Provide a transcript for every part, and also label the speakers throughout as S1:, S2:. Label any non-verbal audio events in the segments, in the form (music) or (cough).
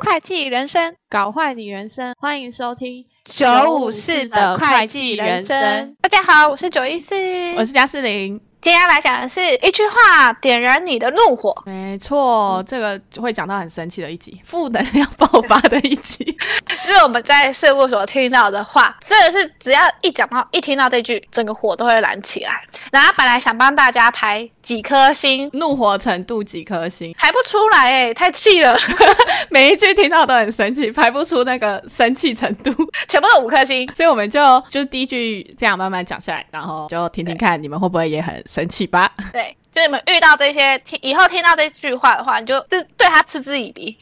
S1: 会计人生
S2: 搞坏你人生，欢迎收听。
S1: 九五四的会计人生，大家好，我是九一四，
S2: 我是加四零，
S1: 今天要来讲的是一句话点燃你的怒火。
S2: 没错，这个会讲到很神奇的一集，负能量爆发的一集。 (laughs)
S1: 就是我们在事务所听到的话，真的是只要一讲到一听到这句，整个火都会燃起来。然后本来想帮大家排几颗星，
S2: 怒火程度几颗星，
S1: 排不出来哎、太气了， (laughs)
S2: 每一句听到都很神奇，排不出那个生气程度。 (laughs)
S1: 全部都五颗星。
S2: 所以我们就就第一句这样慢慢讲下来，然后就听听看你们会不会也很生气吧。
S1: 对，就你们遇到这些听以后听到这句话的话，你就对对他嗤之以鼻。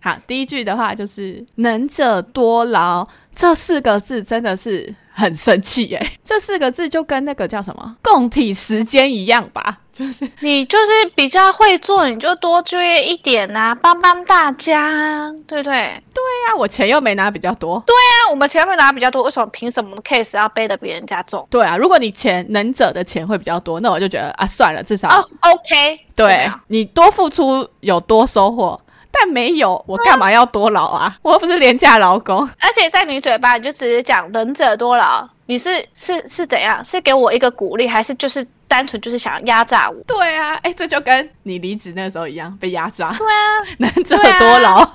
S2: 好，第一句的话就是“能者多劳”这四个字真的是很生气耶。这四个字就跟那个叫什么“共体时间”一样吧，就是
S1: (laughs) 你就是比较会做，你就多注意一点呐、帮帮大家，啊对不对？
S2: 对呀，我钱又没拿比较多。对啊
S1: 但我们前面拿比较多，为什么凭什么 case 要背的比人家重？
S2: 啊，如果你钱能者的钱会比较多，那我就觉得啊，算了，至少、
S1: 哦、o k
S2: 对啊你多付出有多收获。但没有，我干嘛要多劳啊？我又不是廉价劳工。
S1: 而且在你嘴巴，你就只是讲能者多劳，你是是是怎样？是给我一个鼓励，还是就是单纯就是想压榨我？
S2: 对啊，哎、这就跟你离职那时候一样，被压榨， (laughs)
S1: 对啊，
S2: 能者
S1: 对啊
S2: 多劳。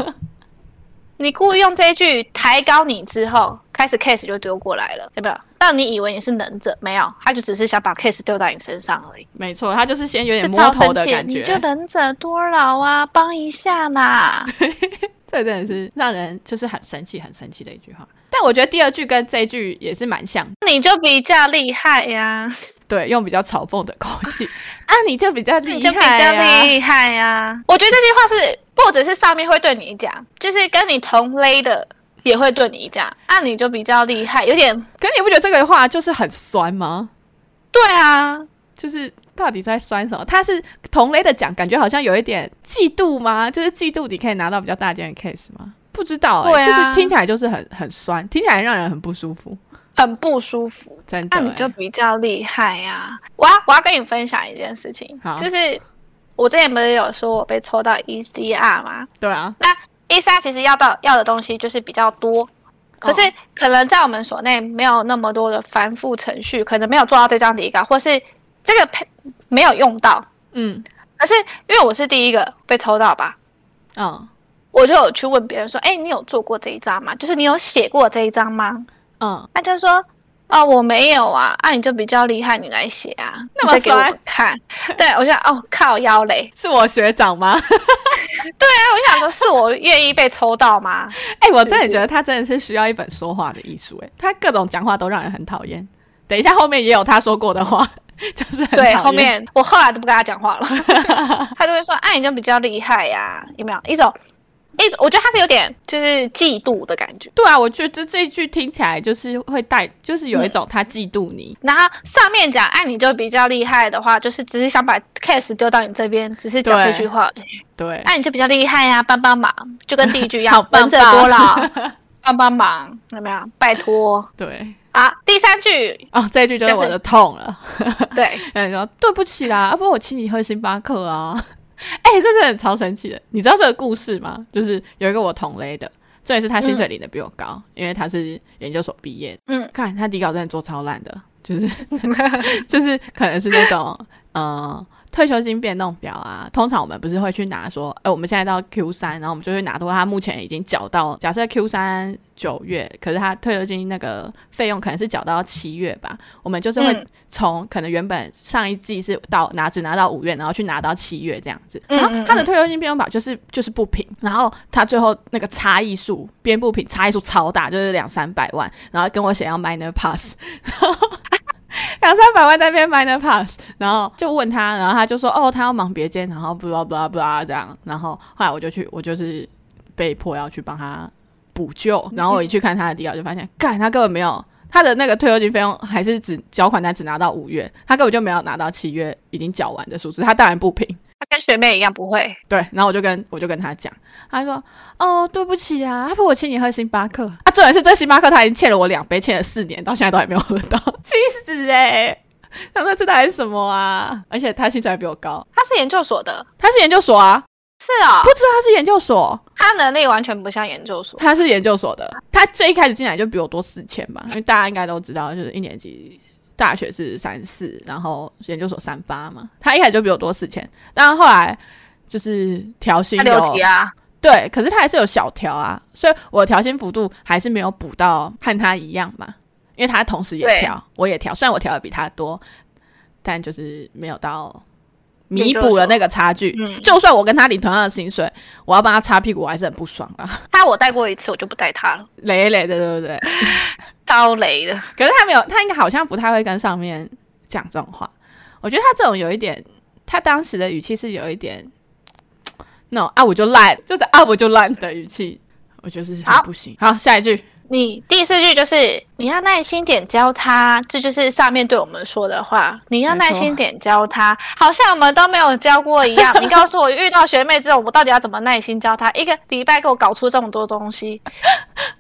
S1: 你故意用这一句抬高你之后，开始 case 就丢过来了，有没有？让你以为你是能者，没有，他就只是想把 case 丢在你身上而已，
S2: 没错，他就是先有
S1: 就
S2: 点摸
S1: 超
S2: 头
S1: 生
S2: 的
S1: 气。
S2: 感
S1: 你
S2: 觉，
S1: 就能者多劳啊，帮一下 (laughs) 啦。
S2: 这真的是让人就是很生气、很生气的一句话。但我觉得第二句跟这一句也是蛮像，
S1: 你就比较厉害呀、
S2: 对，用比较嘲讽的口气 (laughs) 啊，你就比较
S1: 你
S2: 厉
S1: 就比
S2: 害啊
S1: 较
S2: 呀、
S1: 厉害呀、我觉得这句话是不只是上面会对你讲，就是跟你同类的也会对你讲，那你就比较厉害，有点
S2: 可你不觉得这个话就是很酸吗？
S1: 对啊，
S2: 就是到底在酸什么？他是同类的讲，感觉好像有一点嫉妒吗？就是嫉妒你可以拿到比较大件的 case 吗？不知道、欸，
S1: 对啊
S2: 就是听起来就是很很酸，听起来让人很不舒服，
S1: 很不舒服。
S2: 真的、
S1: 那
S2: 欸。
S1: 你就比较厉害呀、我要我要跟你分享一件事情
S2: 好，
S1: 就是我之前不是有说我被抽到 ECR 吗？
S2: 对啊，
S1: 那 ECR 其实要到要的东西就是比较多，哦可
S2: 哦
S1: 是可能在我们所内没有那么多的繁复程序，可能没有做到这张底稿，或是这个配没有用到。
S2: 嗯
S1: 可是因为我是第一个被抽到吧，
S2: 嗯
S1: 我就有去问别人说：“哎、你有做过这一张吗？就是你有写过这一张吗
S2: 嗯，？”
S1: 他就说：“哦，我没有啊，啊，你就比较厉害，你来写啊，
S2: 那么
S1: 你再给
S2: 帅
S1: 我看。对”我就想哦，靠腰嘞！
S2: 是我学长吗？
S1: 哎，我想说，是我愿意被抽到吗？
S2: (laughs) 哎、我
S1: 是
S2: 真的
S1: 是
S2: 觉得他真的是需要一本说话的艺术，哎，他各种讲话都让人很讨厌。等一下后面也有他说过的话， (laughs) 就是很
S1: 对，
S2: 讨
S1: 后
S2: 厌
S1: 面我后来都不跟他讲话了， (laughs) 他就会说：“哎、你就比较厉害呀、有没有一种一种？我觉得他是有点就是嫉妒的感觉。
S2: 对啊，我觉得这一句听起来就是会带，就是有一种他嫉妒你，
S1: 然后上面讲，哎、你就比较厉害的话，就是只是想把 case 丢到你这边，只是讲
S2: 对
S1: 这句话。
S2: 对，
S1: 哎、你就比较厉害呀、帮帮忙，就跟第一句一 (laughs) 样
S2: 好，棒
S1: 能者多劳， (laughs) 帮帮忙，有没有？拜托
S2: 对，
S1: 啊！第三句，
S2: 哦，这一句就是
S1: 就是
S2: 我的痛 (laughs) 了。
S1: 对，
S2: 然后你说对不起啦，要、啊不然我请你喝星巴克啊。哎、这真的很超神奇的。你知道这个故事吗？就是有一个我同类的，这也是他薪水领的比我高，因为他是研究所毕业的。
S1: 嗯，
S2: 看他底稿真的做超烂的，就是 (laughs) 就是可能是那种呃退休金变动表啊。通常我们不是会去拿说，哎、我们现在到 Q 三，然后我们就会拿到他目前已经缴到，假设 Q 三九月，可是他退休金那个费用可能是缴到七月吧，我们就是会
S1: 嗯
S2: 从可能原本上一季是到拿只拿到五月，然后去拿到七月这样子。
S1: 嗯
S2: 然后
S1: 嗯
S2: 他的退休金变动表就是就是不平，然后他最后那个差异数边不平差异数超大，就是两三百万，然后跟我写要 minor pass，然后两三百万在那边 minor pass，然后就问他，然后他就说哦他要忙别间，然后 blah blah blah 这样，然后后来我就去我就是被迫要去帮他补救，然后我一去看他的底稿，就发现，干他根本没有他的那个退休金费用，还是只缴款单只拿到五月，他根本就没有拿到七月已经缴完的数字，他当然不平。
S1: 他跟学妹一样不会，
S2: 对，然后我就跟我就跟他讲，他说：“哦，对不起啊，要不我请你喝星巴克 (laughs) 啊。”重点是这星巴克他已经欠了我两杯，欠了四年，到现在都还没有喝到，气死哎、想说这到底是什么啊？而且他薪水还比我高，
S1: 他是研究所的，
S2: 他是研究所啊，
S1: 是哦
S2: 不，知道他是研究所，
S1: 他能力完全不像研究所。
S2: 他是研究所的，他最一开始进来就比我多四千吧，因为大家应该都知道，就是一年级大学是三四，然后研究所三八嘛，他一开始就比我多四千，但后来就是调薪
S1: 他留级
S2: 有
S1: 啊，
S2: 对，可是他还是有小调啊，所以我的调薪幅度还是没有补到和他一样嘛，因为他同时也
S1: 对
S2: 调，我也调，虽然我调的比他多，但就是没有到弥
S1: 研究
S2: 补
S1: 所
S2: 了那个差距。
S1: 嗯
S2: 就算我跟他领同样的薪水，我要帮他擦屁股，我还是很不爽啊， (laughs)
S1: 他我带过一次，我就不带他了，
S2: 累累的，对不对？
S1: 超雷的。
S2: 可是他没有，他应该好像不太会跟上面讲这种话。我觉得他这种有一点，他当时的语气是有一点那种啊我就烂，就是啊我就烂的语气，我就是很
S1: 好
S2: 不行。好，下一句，
S1: 你第四句就是你要耐心点教他，这就是上面对我们说的话。你要
S2: 没
S1: 耐
S2: 错
S1: 心点教他，好像我们都没有教过一样。你告诉我，遇到学妹这种，我到底要怎么耐心教她？一个礼拜给我搞出这么多东西，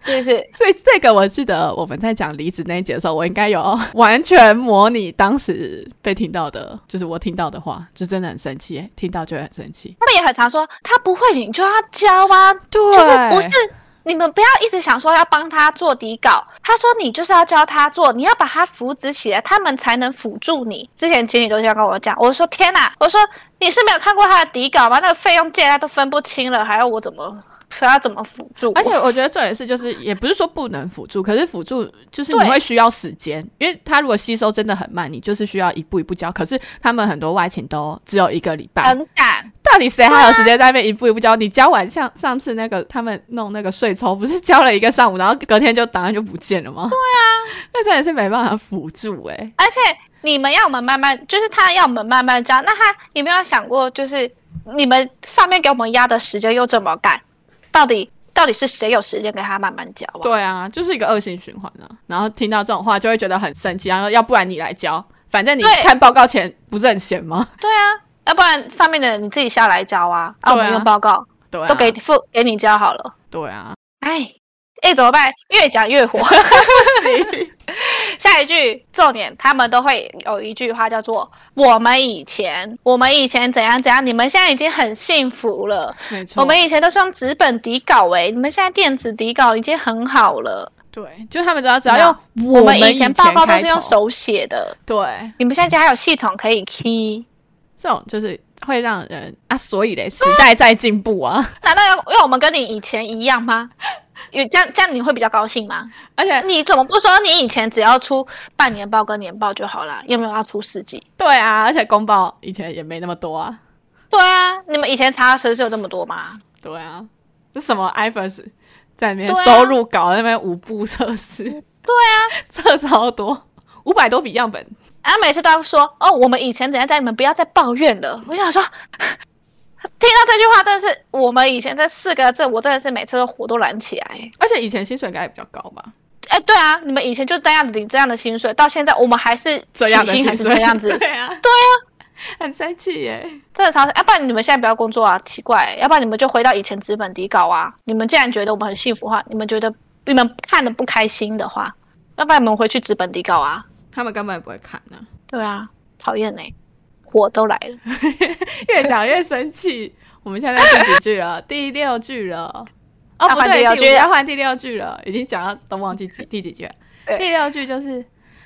S1: 是不是？
S2: 所以这个我记得我们在讲离职那一节的时候，我应该有完全模拟当时被听到的，就是我听到的话，就真的很生气耶，听到就会很生气。
S1: 他们也很常说，他不会你就要教啊，
S2: 对
S1: 就是不是。你们不要一直想说要帮他做底稿，他说你就是要教他做，你要把他扶植起来，他们才能辅助你。之前经理都这样跟我讲，我说天哪，我说你是没有看过他的底稿吗？那个费用借贷都分不清了，还要我怎么还要怎么辅助？
S2: 而且我觉得重点是，就是也不是说不能辅助，可是辅助就是你
S1: 对
S2: 会需要时间，因为他如果吸收真的很慢，你就是需要一步一步教。可是他们很多外勤都只有一个礼拜，
S1: 很赶，
S2: 到底谁还有
S1: 啊
S2: 时间在那边一步一步教？你教完像上次那个他们弄那个税抽，不是教了一个上午，然后隔天就档案就不见了吗？对啊， (laughs) 那真的是没办法辅助哎、
S1: 而且你们要我们慢慢，就是他要我们慢慢教，那他有没有想过，就是你们上面给我们压的时间又这么赶，到底到底是谁有时间给他慢慢教啊？
S2: 对啊，就是一个恶性循环啊。然后听到这种话就会觉得很生气，然后要不然你来教，反正你
S1: 对
S2: 看报告前不是很闲吗？ (laughs)
S1: 对啊，要不然上面的你自己下来教啊，啊，我
S2: 对
S1: 们
S2: 啊
S1: 用报告、
S2: 对、啊，
S1: 都给你付给你教好了。
S2: 对啊， (laughs)
S1: 哎，哎，怎么办？越讲越火。 (laughs)
S2: 不行。
S1: 下一句重点，他们都会有一句话叫做“我们以前，我们以前怎样怎样，你们现在已经很幸福了。
S2: 没错，
S1: 我们以前都是用纸本底稿、哎，你们现在电子底稿已经很好了。
S2: 对，就他们只要只要
S1: 怎么
S2: 用我
S1: 们
S2: 以
S1: 以前报告都
S2: 开
S1: 是用
S2: 头，
S1: 手写的，
S2: 对，
S1: 你们现在还有系统可以 key。
S2: 这种就是会让人啊，所以嘞，时代在进步啊，
S1: 难道要要我们跟你以前一样吗？有这样这样你会比较高兴吗？
S2: 而且
S1: 你怎么不说你以前只要出半年报跟年报就好啦？有没有要出四季？
S2: 对啊，而且公报以前也没那么多啊，
S1: 对啊，你们以前查的时候是有这么多吗？
S2: 对啊，这什么 iPhone 在那边
S1: 对啊
S2: 收入稿，在那边五步测试，对 (laughs) 啊，测超多，五百多笔样本，
S1: 啊，每次都要说哦，我们以前怎样怎样，你们不要再抱怨了。我想说， (laughs) 听到这句话真的是我们以前这四个字，我真的是每次都火都燃起来。
S2: 而且以前薪水应该也比较高吧，
S1: 哎，对啊，你们以前就这样领这样的薪水，到现在我们还是
S2: 这样的
S1: 起薪还是
S2: 薪水
S1: 这样子，
S2: (laughs) 对啊，对啊，很生气耶，
S1: 真的超要、啊、不然你们现在不要工作啊，奇怪、要不然你们就回到以前资本底稿啊。你们既然觉得我们很幸福的话，你们觉得你们看的不开心的话，要不然你们回去资本底稿啊。
S2: 他们根本也不会看呢、
S1: 对啊，讨厌呢，火都来了。
S2: (laughs) 越讲越生气。我们现在在第几句了？第六句了。哦，
S1: 要
S2: 不
S1: 换
S2: 对，
S1: 第六
S2: 第五
S1: 句了
S2: 要换第六句了，已经讲到都忘记 (laughs) 几第几句了。
S1: 对
S2: 第六句就是，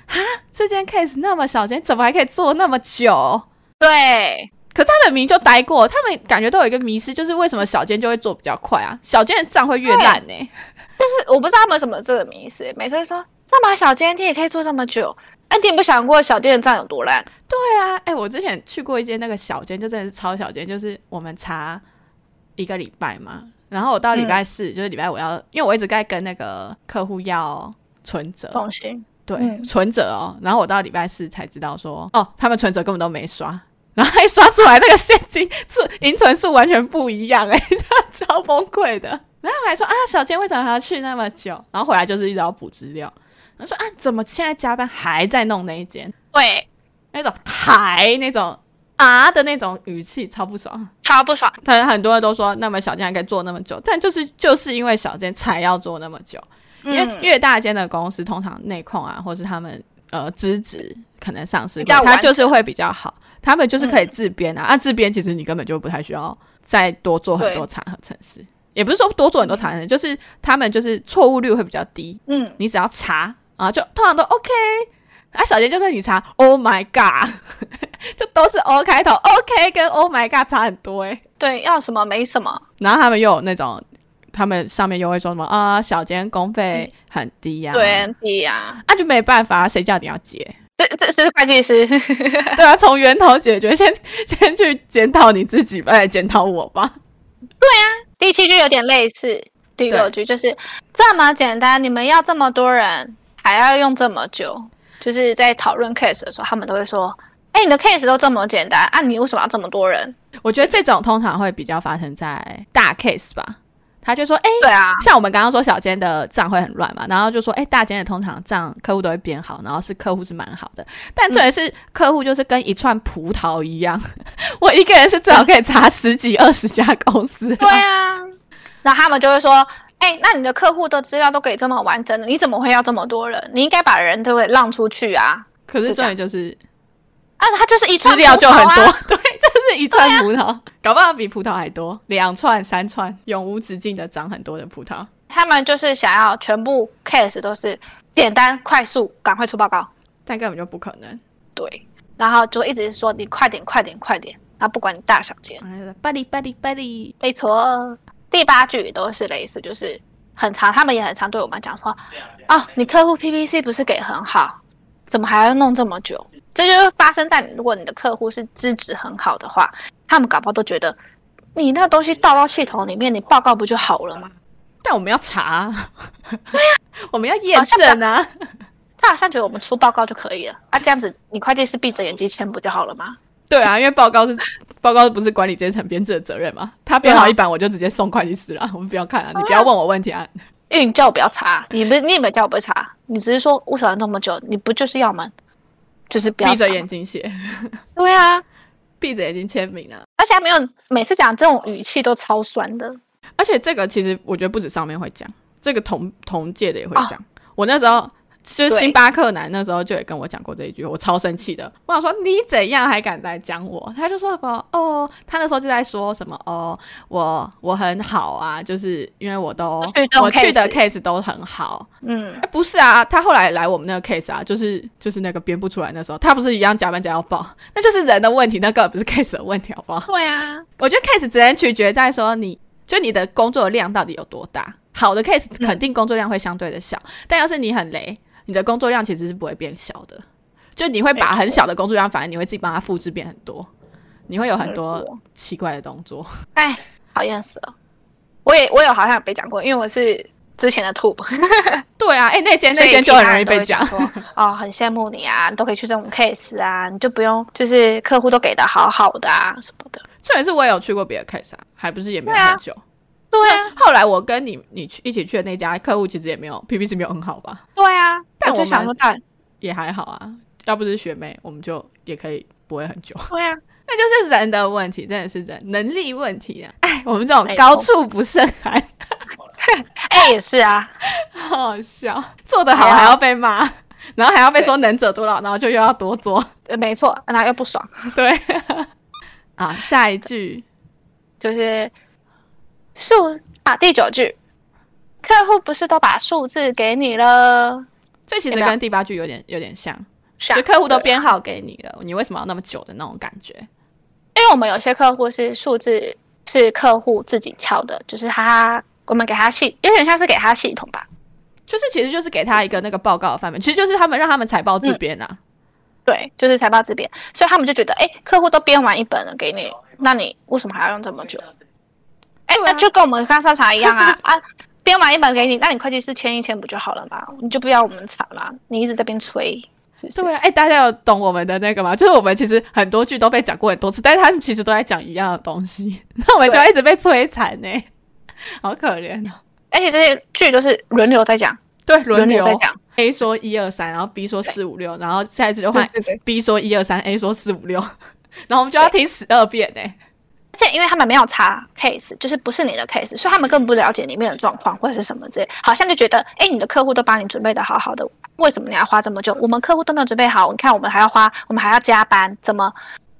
S2: 啊，这间 case 那么小间，怎么还可以做那么久？
S1: 对，
S2: 可是他们明明就待过，他们感觉都有一个迷失，就是为什么小间就会做比较快啊？小间的账会越烂呢、
S1: 就是我不知道他们有什么这个迷思，每次说这么小间店也可以做这么久，那你有没有想过小店的站有多烂？
S2: 对啊，哎、我之前去过一间那个小间，就真的是超小间，就是我们查一个礼拜嘛，然后我到礼拜四，就是礼拜五要，因为我一直在跟那个客户要存折，
S1: 东西
S2: 对，
S1: 嗯
S2: 存折哦，然后我到礼拜四才知道说，哦，他们存折根本都没刷。然后一刷出来，那个现金存银存数完全不一样、哎， (laughs) 超崩溃的。然后他们还说啊，小健为什么还要去那么久？然后回来就是一直要补资料。然后说啊，怎么现在加班还在弄那一间？
S1: 对，
S2: 那种还那种啊的那种语气，超不爽。
S1: 超不爽。
S2: 但很多人都说，那么小间还可以做那么久，但就是就是因为小间才要做那么久，因为
S1: 嗯，
S2: 越大间的公司，通常内控啊，或是他们呃资质可能上市
S1: 比较
S2: 过，它
S1: 完嗯
S2: 就是会比较好。他们就是可以自编啊，啊自编其实你根本就不太需要再多做很多
S1: 对
S2: 场合程式，也不是说多做很多场合程式，就是他们就是错误率会比较低，
S1: 嗯，
S2: 你只要查啊，就通常都 OK。啊，小杰就算你查 Oh my God，就 (laughs) 都是 O 开头，OK 跟 Oh my God 差很多哎、
S1: 对，要什么没什么，
S2: 然后他们又有那种，他们上面又会说什么啊，小间工费很低呀、啊，
S1: 对，嗯对呀，
S2: 啊就没办法，谁叫你要结？ (laughs)
S1: 这这是会计师，
S2: 对啊，从源头解决，先先去检讨你自己吧，来检讨我吧。
S1: 第七句有点类似第六句，就是这么简单，你们要这么多人，还要用这么久，就是在讨论 case 的时候，他们都会说。哎、你的 case 都这么简单，啊，你为什么要这么多人？
S2: 我觉得这种通常会比较发生在大 case 吧，他就说，哎、
S1: 对啊，
S2: 像我们刚刚说小间的账会很乱嘛，然后就说，哎、大间的通常账客户都会编好，然后是客户是蛮好的，但这也是客户就是跟一串葡萄一样， (laughs) 我一个人是最好可以查十几二十家公
S1: (laughs)
S2: 司。
S1: 对啊，然后他们就会说：“哎、那你的客户的资料都给这么完整的，你怎么会要这么多人？你应该把人都给让出去啊
S2: 可是
S1: 就这
S2: 重
S1: 样
S2: 点就是
S1: 啊！”他就是一
S2: 资
S1: 串
S2: 料
S1: 葡
S2: 就
S1: 萄
S2: 很
S1: 啊
S2: 多， (laughs) 对，啊就是一串葡萄，搞不好比葡萄还多，两串、三串，永无止境的长很多的葡萄。
S1: 他们就是想要全部 case 都是简单、快速、赶快出报告，
S2: 但根本就不可能。
S1: 对，然后就一直说你快点、快点、快点，那不管你大小间，
S2: 哎呀，巴黎巴黎巴黎，
S1: 没错。第八句都是类似，就是很长，他们也很常对我们讲说：“哦，你客户 PPC 不是给很好，啊怎么还要弄这么久？”这就是发生在你，如果你的客户是资质很好的话，他们搞不好都觉得你那东西倒到系统里面，你报告不就好了吗？
S2: 但我们要查啊， (laughs) 我们要验
S1: 好像
S2: 证啊。
S1: 他好像觉得我们出报告就可以了啊，这样子你会计师闭着眼睛签不就好了吗？
S2: 对啊，因为报告是 (laughs) 报告不是管理阶层编制的责任嘛？他编
S1: 啊
S2: 好一版，我就直接送会计师了。我 (laughs) 们不要看
S1: 哦
S2: 啊，你不要问我问题啊。
S1: 因为你叫我不要查，你不你也没有叫我不要查，你只是说为什么要那么久？你不就是要吗？就是不要
S2: 闭
S1: 查
S2: 着眼睛写， (laughs)
S1: 对啊，
S2: 闭着眼睛签名啊。
S1: 而且他没有每次讲这种语气都超酸的。
S2: 而且这个其实我觉得不止上面会讲，这个同同届的也会讲。我那时候就是
S1: 哦对
S2: 星巴克男那时候就也跟我讲过这一句，我超生气的。我想说你怎样还敢来讲我？他就说什么哦，他那时候就在说什么哦，我我很好啊，就是因为我都
S1: 我去这种
S2: 我去的
S1: case
S2: case 都很好。
S1: 嗯，
S2: 哎，不是啊，他后来来我们那个 case 啊，就是就是那个编不出来那时候，他不是一样加班加到爆， (laughs) 那就是人的问题，那根本不是 case 的问题，好不好？
S1: 对啊，
S2: 我觉得 case 只能取决在说你就你的工作量到底有多大。好的 case
S1: 嗯
S2: 肯定工作量会相对的小，但要是你很雷，你的工作量其实是不会变小的，就你会把
S1: 没错
S2: 很小的工作量，反正你会自己帮它复制变很多，你会有很
S1: 没
S2: 多
S1: 错
S2: 奇怪的动作。
S1: 哎，讨厌死了。我也我有好像有被讲过，因为我是之前的 t u b
S2: 对啊，哎、那间
S1: 所
S2: 那
S1: 以
S2: 间
S1: 其
S2: 就很
S1: 他
S2: 容易
S1: 人都
S2: 被
S1: 会
S2: 讲
S1: 讲，说哦，很羡慕你啊，你都可以去这种 case 啊，你就不用就是客户都给的好好的啊什么的。
S2: 这也是我也有去过别的 case 啊，还不是也没有
S1: 对啊
S2: 很久。
S1: 对啊，
S2: 后来我跟你你去一起去的那家客户其实也没有 PPC 没有很好吧，
S1: 对啊，
S2: 但
S1: 我就
S2: 我
S1: 想
S2: 们
S1: 说，但
S2: 也还好啊。要不是学妹，我们就也可以不会很久。
S1: 对啊，
S2: (laughs) 那就是人的问题，真的是人能力问题啊！哎，我们这种
S1: 没错
S2: 高处不胜寒，
S1: 哎也是啊，
S2: 好好笑。做得好
S1: 哎呀
S2: 还要被 (laughs) 骂，然后还要被说能者多劳，然后就又要多 (laughs) 做。
S1: 呃没错，然后又不爽，
S2: 对， (laughs) 啊，下一句
S1: 就是数啊第九句，客户不是都把数字给你了，
S2: 这其实
S1: 有没有
S2: 跟第八句有点有点像，
S1: 想
S2: 就客户都
S1: 对
S2: 编好给你了，你为什么要那么久的那种感觉？
S1: 因为我们有些客户是数字是客户自己敲的，就是他我们给他系，有点像是给他系统吧。
S2: 就是其实就是给他一个那个报告的范本，其实就是他们让他们财报自
S1: 嗯
S2: 编啊。
S1: 对，就是财报这边，所以他们就觉得，哎，客户都编完一本了给你，那你为什么还要用这么久？哎，
S2: 对啊
S1: 那就跟我们刚上查一样
S2: (laughs)
S1: 啊啊，编完一本给你，那你会计师签一签不就好了嘛？你就不要我们查啦，你一直在边催，是不是？
S2: 对啊，哎、大家有懂我们的那个吗？就是我们其实很多句都被讲过很多次，但是他们其实都在讲一样的东西， (laughs) 那我们就
S1: 对
S2: 一直被摧残呢、好可怜哦。
S1: 而且这些剧都是轮流在讲，
S2: 对，轮
S1: 轮
S2: 流
S1: 在讲，
S2: A 说一二三，然后 B 说四五六，然后下一次就
S1: 对
S2: 换
S1: 对对
S2: B 说一二三，A 说四五六，然后我们就要听十二遍呢、
S1: 而且因为他们没有查 case，就是不是你的 case，所以他们更不了解里面的状况或者是什么之类，好像就觉得，哎，你的客户都帮你准备的好好的，为什么你要花这么久？我们客户都没有准备好，你看我们还要花，我们还要加班，怎么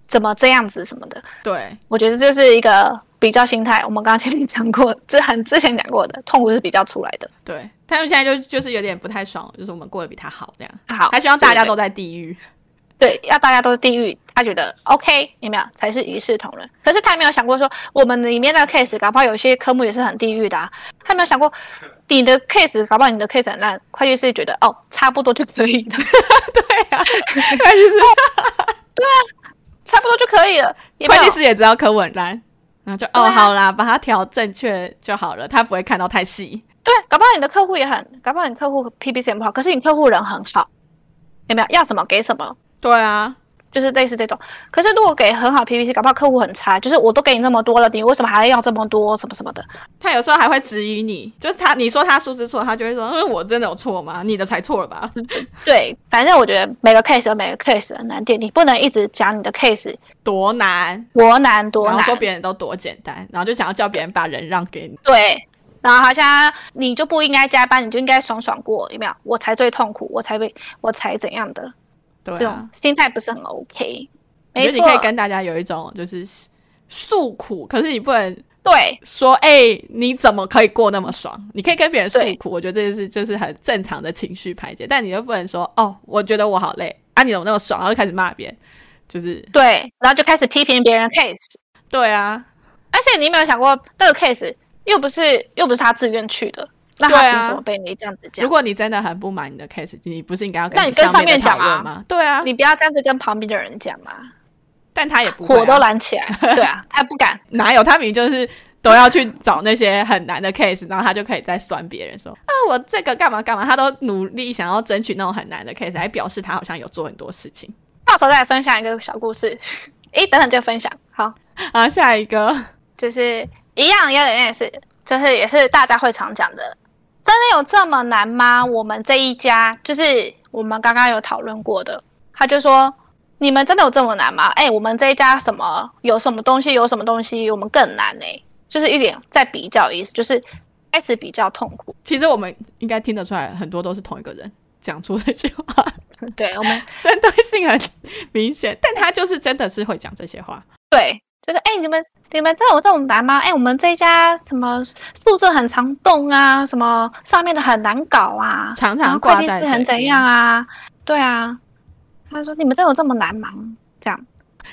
S1: 怎么这样子什么的。
S2: 对，
S1: 我觉得这就是一个比较心态，我们刚刚前面讲过，这很之前讲过的，痛苦是比较出来的。
S2: 对，他们现在就就是有点不太爽，就是我们过得比他好这样，
S1: 好，
S2: 他希望大家
S1: 对
S2: 都在地狱。 (laughs)
S1: 对，要大家都是地狱，他觉得 OK，有没有才是一视同仁？可是他没有想过说，我们里面的 case 搞不好有些科目也是很地狱的、啊，他没有想过你的 case 搞不好你的 case 很烂，会计师觉得哦差不多就可以了， (laughs)
S2: 对啊，会计师
S1: 差不多就可以了，也没
S2: 会
S1: 有
S2: 计师也知道柯文兰，然后就、
S1: 对
S2: 哦
S1: 啊
S2: 好啦，把它调正确就好了，他不会看到太细。
S1: 对，搞不好你的客户也很，搞不好你客户 PPC 很不好，可是你客户人很好，有没有要什么给什么？
S2: 对啊，
S1: 就是类似这种，可是如果给很好 PPC，搞不好客户很差，就是我都给你这么多了，你为什么还要这么多什么什么的？
S2: 他有时候还会质疑你，就是他你说他数值错，他就会说，嗯，我真的有错吗？你的才错了吧？
S1: 对，反正我觉得每个 case 有每个 case 的难点，你不能一直讲你的 case
S2: 多难，
S1: 多难多
S2: 然后
S1: 难。
S2: 说别人都多简单，然后就想要叫别人把人让给你。
S1: 对，然后好像你就不应该加班，你就应该爽爽过，有没有？我才最痛苦，我才被我才怎样的、
S2: 对
S1: 这种
S2: 啊，
S1: 心态不是很 OK。
S2: 我
S1: 没
S2: 觉得你
S1: 错
S2: 可，以跟大家有一种就是诉苦，可是你不能
S1: 对
S2: 说，哎、你怎么可以过那么爽？你可以跟别人诉
S1: 对
S2: 苦，我觉得这件事就是很正常的情绪排解，但你又不能说，哦，我觉得我好累啊，你怎么那么爽？然后就开始骂别人，就是
S1: 对，然后就开始批评别人的 case，
S2: 对啊，
S1: 而且你有没有想过，那个 case 又不是又不是他自愿去的，那
S2: 对
S1: 他
S2: 啊
S1: 凭什么被你这样子讲
S2: 如？果你真的很不满你的 case，你不是应该要
S1: 那你跟
S2: 上面的
S1: 上面讲
S2: 讨论
S1: 啊
S2: 吗？对啊，
S1: 你不要这样子跟旁边的人讲嘛，
S2: 但他也不会、
S1: 火都
S2: 啊，
S1: 燃起来。对啊，他不敢。
S2: 哪有他明明就是都要去找那些很难的 case，然后他就可以再酸别人说啊，我这个干嘛干嘛，他都努力想要争取那种很难的 case，还表示他好像有做很多事情。
S1: 到时候再来分享一个小故事。 (laughs) 诶，等等就分享。好，
S2: 啊，下一个，
S1: 就是一样，有点类似，就是也是大家会常讲的，真的有这么难吗？我们这一家就是我们刚刚有讨论过的，他就说你们真的有这么难吗？诶，我们这一家什么有什么东西，有什么东西，我们更难呢、就是一点在比较的意思，就是开始比较痛苦。 (laughs)
S2: 其实我们应该听得出来，很多都是同一个人讲出这句话， (laughs)
S1: 对我们
S2: 针对性很明显，但他就是真的是会讲这些话。
S1: 对，就是哎、你们你们这有这种难吗？哎、我们这一家什么数字很常动啊，什么上面的很难搞啊，
S2: 常常
S1: 然后
S2: 挂
S1: 会计
S2: 在
S1: 师
S2: 嘴
S1: 很怎
S2: 边
S1: 样啊？对啊，他说你们这有这么难吗？这样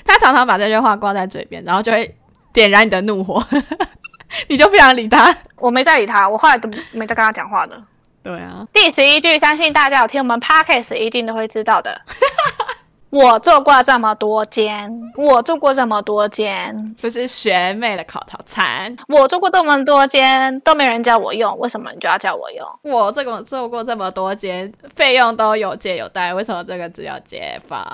S2: 他常常把这句话挂在嘴边，然后就会点燃你的怒火， (laughs) 你就不想理他。
S1: 我没再理他，我后来都没再跟他讲话了。
S2: 对啊，
S1: 第十一句，相信大家有听我们 podcast 一定都会知道的。我做过这么多间，我做过这么多间，
S2: 这是学妹的口头禅。
S1: 我做过这么多间，都没人叫我用，为什么你就要叫我用？
S2: 我这个做过这么多间，费用都有借有贷，为什么这个只有借房？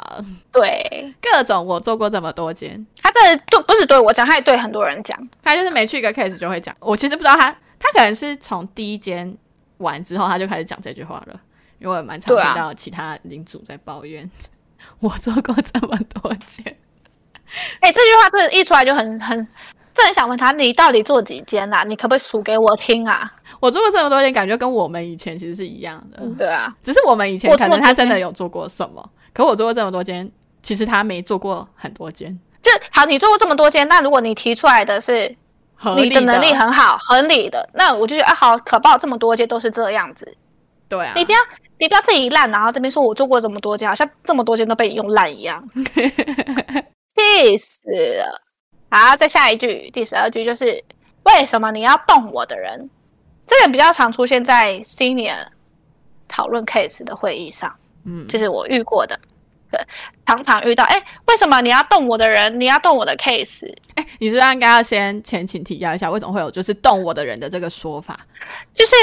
S1: 对，
S2: 各种我做过这么多间，
S1: 他这对不是对我讲，他也对很多人讲。
S2: 他就是每去一个 case 就会讲。我其实不知道他，他可能是从第一间完之后他就开始讲这句话了，因为我也蛮常
S1: 对啊
S2: 听到其他领主在抱怨， (laughs) 我做过这么多间，
S1: 哎、这句话这一出来就很很，这很想问他，你到底做几间啊？你可不可以数给我听啊？
S2: 我做过这么多间，感觉跟我们以前其实是一样的，
S1: 对啊，
S2: 只是我们以前
S1: 我
S2: 可
S1: 做
S2: 能
S1: 过
S2: 他
S1: 这
S2: 真的
S1: 间
S2: 有做过什么，可我做过这么多间，其实他没做过很多间。
S1: 就好，你做过这么多间，那如果你提出来的是
S2: 合
S1: 你
S2: 理
S1: 的能力很好、合理的，那我就觉得啊，好，可报这么多间都是这样子，
S2: 对啊，
S1: 你不要你不要自己烂，然后这边说我做过这么多间，好像这么多间都被你用烂一
S2: (laughs)
S1: 样，气死了。好，再下一句，第十二句就是为什么你要动我的人？这个比较常出现在 senior 讨论 case 的会议上，
S2: 嗯，
S1: 这是我遇过的，呃常常遇到。哎，为什么你要动我的人？你要动我的 case？
S2: 哎、你是不是应该要先前情提要一下，为什么会有就是动我的人的这个说法？
S1: 就是，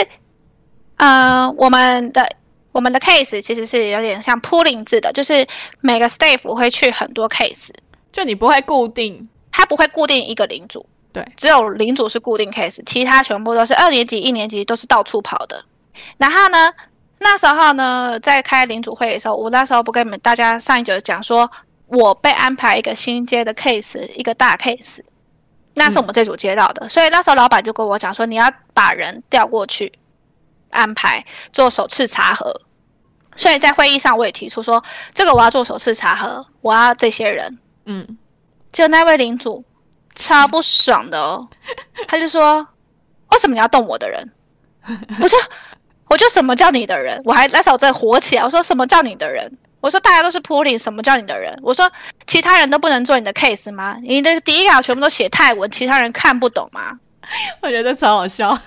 S1: 呃，我们的我们的 case 其实是有点像 pooling 制的，就是每个 staff 会去很多 case，
S2: 就你不会固定
S1: 它不会固定一个领主，
S2: 对
S1: 只有领主是固定 case，其他全部都是二年级、一年级都是到处跑的。然后呢，那时候呢，在开领主会的时候，我那时候不跟你们大家上一节讲说，我被安排一个新接的 case，一个大 case。那是我们这组接到的，所以那时候老板就跟我讲说，你要把人调过去安排做首次查核。所以在会议上我也提出说，这个我要做首次查核，我要这些人。
S2: 嗯，
S1: 就那位领主超不爽的哦，他就说：“为什么你要动我的人？”我就 (laughs) 我就什么叫你的人？我还那时候我真的火起来，我说什么叫你的人？我说大家都是 pulling，什么叫你的人？我说其他人都不能做你的 case 吗？你的第一稿全部都写泰文，其他人看不懂吗？
S2: 我觉得超好笑。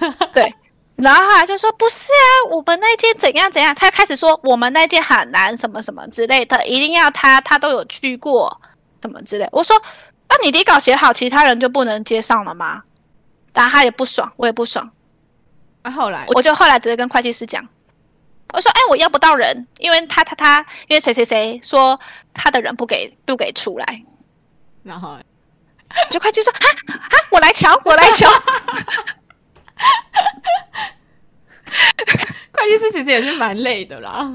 S1: 然后他就说不是啊，我们那件怎样怎样，他开始说我们那件很难什么什么之类的，一定要他他都有去过什么之类。我说那、你底稿写好，其他人就不能接上了吗？然后他也不爽，我也不爽，
S2: 啊，后来
S1: 我就后来直接跟会计师讲，我说哎、我要不到人，因为他他他，因为谁谁谁说他的人不给不给出来，
S2: 然后
S1: 就会计说哈哈，我来瞧，我来瞧。
S2: 会计师其实也是蛮累的啦。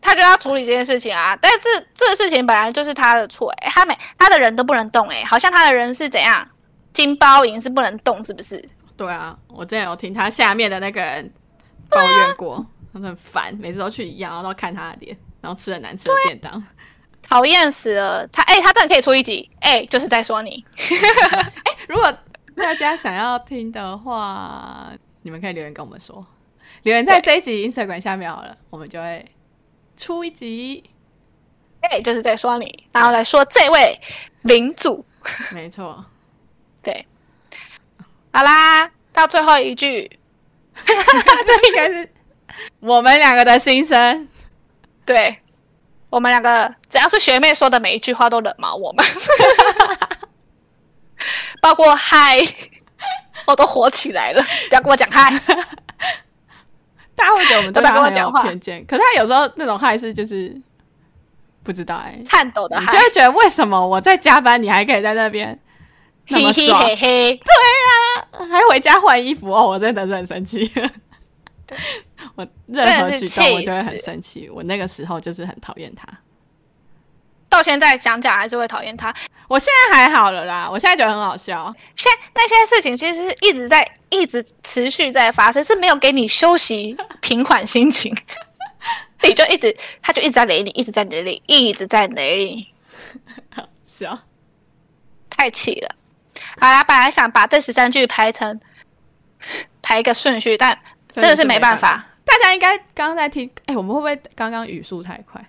S1: 他就要处理这件事情啊。但是这个事情本来就是他的错、欸，他每他的人都不能动、欸，哎，好像他的人是怎样金包银是不能动，是不是？
S2: 对啊，我之前有听他下面的那个人抱怨过，他说很烦，每次都去一样，然后都看他的脸，然后吃了难吃的便当。
S1: 讨厌死了，他哎、他真的可以出一集，哎、就是在说你，
S2: 如果大家想要听的话，你们可以留言跟我们说，留言在这一集 Instagram 下面好了，我们就会出一集。
S1: 哎、就是在说你，然后来说这位领主，
S2: 没错， (laughs)
S1: 对，好啦，到最后一句，
S2: 这应该是我们两个的心声。
S1: 对我们两个只要是学妹说的每一句话都冷毛
S2: (laughs)
S1: 我们，包括嗨，我都火起来了，不要跟我讲嗨。
S2: 大家会觉得我们
S1: 都
S2: 对
S1: 不要
S2: 他
S1: 跟我
S2: 很有
S1: 讲话
S2: 偏见，可是他有时候那种害是就是不知道哎、
S1: 颤抖的
S2: 你就
S1: 嗨，
S2: 会觉得为什么我在加班，你还可以在那边那么
S1: 嘿嘿
S2: 爽，
S1: 嘿嘿，
S2: 呃还回家换衣服哦， (laughs) 我真的是很生气。我任何举动我就会很生气，我那个时候就是很讨厌他。
S1: 到现在想讲还是会讨厌他。
S2: 我现在还好了啦，我现在觉得很好笑。
S1: 现在那些事情其实是一直在一直持续在发生，是没有给你休息平缓心
S2: (laughs)
S1: 情，你就一直他就一直在雷你，一直在雷你，一直在雷你，
S2: 笑，
S1: 太气了。好啦，本来想把这十三句排成 (laughs) 排一个顺序，但真的是没办法。
S2: 大家应该刚刚在听，哎、我们会不会刚刚语速太快？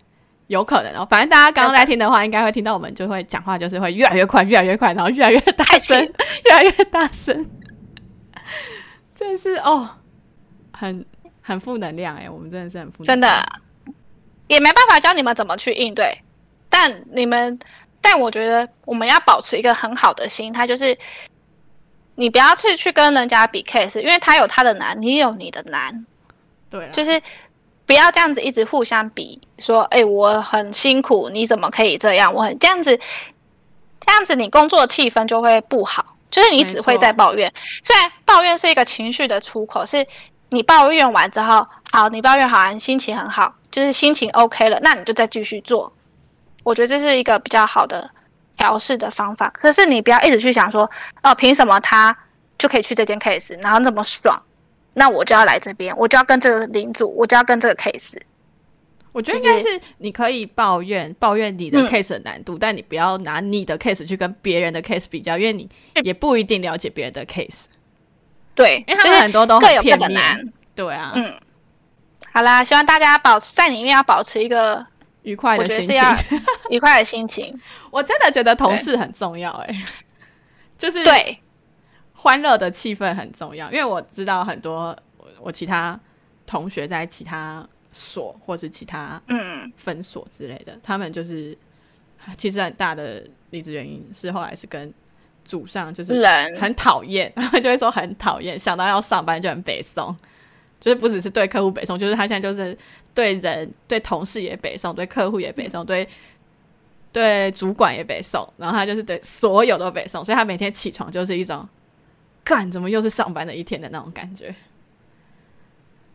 S2: 有可能哦，反正大家刚刚在听的话，应该会听到我们就会讲话，就是会越来越快，越来越快，然后越来越大
S1: 太气
S2: 声， (laughs) 越来越大声。真是哦，很很负能量哎、我们真的是很负能量，
S1: 真的也没办法教你们怎么去应对，但你们，但我觉得我们要保持一个很好的心态，就是你不要去去跟人家比 case，因为他有他的难，你有你的难，
S2: 对啊啦，
S1: 就是不要这样子一直互相比，说，哎、我很辛苦，你怎么可以这样？我很这样子，这样子你工作气氛就会不好，就是你只会在抱怨。虽然抱怨是一个情绪的出口，是你抱怨完之后，好，你抱怨好完，你心情很好，就是心情 OK 了，那你就再继续做。我觉得这是一个比较好的调试的方法。可是你不要一直去想说，哦，凭什么他就可以去这间 case，然后那么爽，那我就要来这边，我就要跟这个领主，我就要跟这个 case。
S2: 我觉得应
S1: 就是
S2: 该是你可以抱怨抱怨你的
S1: 嗯
S2: case 的难度，但你不要拿你的 case 去跟别人的 case 比较，因为你
S1: 是
S2: 也不一定了解别人的 case，
S1: 对，
S2: 因为
S1: 就
S2: 他
S1: 是
S2: 们很多都
S1: 各
S2: 很
S1: 有各
S2: 片
S1: 的难
S2: 面。。对啊，
S1: 嗯好啦，希望大家保持在里面要保持一个
S2: 愉快
S1: 我
S2: 的
S1: 觉
S2: 心
S1: 得是
S2: 情。
S1: 要
S2: (laughs)
S1: 愉快的心情。
S2: 我真的觉得同事很重要、哎，就是
S1: 对，
S2: 欢乐的气氛很重要，因为我知道很多我我其他同学在其他所或是其他
S1: 嗯，
S2: 分所之类的，他们就是其实很大的离职原因是后来是跟组上就是
S1: 人
S2: 很讨厌， (laughs) 他们就会说很讨厌，想到要上班就很北宋，就是不只是对客户北宋，就是他现在就是对人、对同事也北宋，对客户也北宋，对对主管也北宋，然后他就是对所有都北宋，所以他每天起床就是一种干怎么又是上班的一天的那种感觉。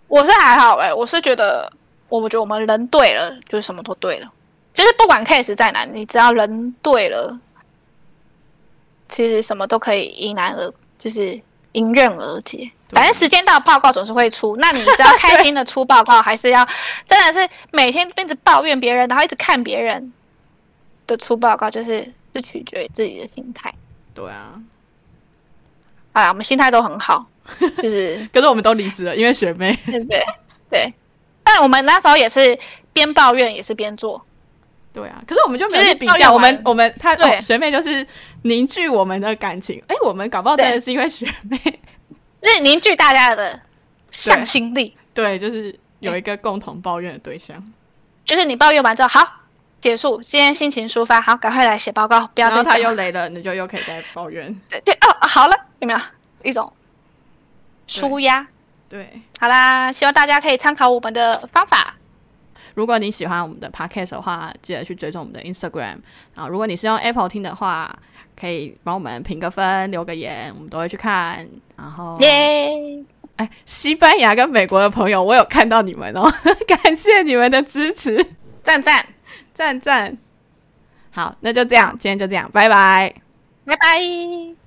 S1: 我是还好哎、我是觉得，我觉得我们人对了，就是什么都对了。就是不管 case 在哪，你只要人对了，其实什么都可以迎难而，就是迎刃而解。
S2: 对
S1: 反正时间到，报告总是会出。那你是要开心的出报告， (laughs) 还是要真的是每天一直抱怨别人，然后一直看别人的出报告，就是是取决于自己的心态。
S2: 对啊，
S1: 好啦，我们心态都很
S2: (laughs)
S1: 好，就是
S2: 可是我们都离职了，因为学妹
S1: 对对对。但我们那时候也是边抱怨也是边做，
S2: 对啊，可是我们就没有
S1: 就是
S2: 去比
S1: 抱怨
S2: 较，我们
S1: 完
S2: 我们她、
S1: 对
S2: 哦、学妹就是凝聚我们的感情。哎、我们搞不好真的
S1: 对
S2: 是因为学妹，
S1: 就是凝聚大家的向心力。
S2: 对，就是
S1: 哎
S2: 有一个共同抱怨的对象，
S1: 就是你抱怨完之后，好结束，今天心情抒发，好，赶快来写报告，不要
S2: 然后
S1: 再
S2: 她
S1: 讲
S2: 又
S1: 了。
S2: 雷了，你就又可以再抱怨。
S1: 对对哦，好了，有没有一种舒压？
S2: 对，
S1: 好啦，希望大家可以参考我们的方法。
S2: 如果你喜欢我们的 podcast 的话，记得去追踪我们的 Instagram。啊，如果你是用 Apple 听的话，可以帮我们评个分、留个言，我们都会去看。然后，
S1: 耶、
S2: 哎，西班牙跟美国的朋友，我有看到你们哦， (laughs) 感谢你们的支持，
S1: 赞赞，
S2: 赞赞。好，那就这样，今天就这样，拜拜。
S1: 拜拜。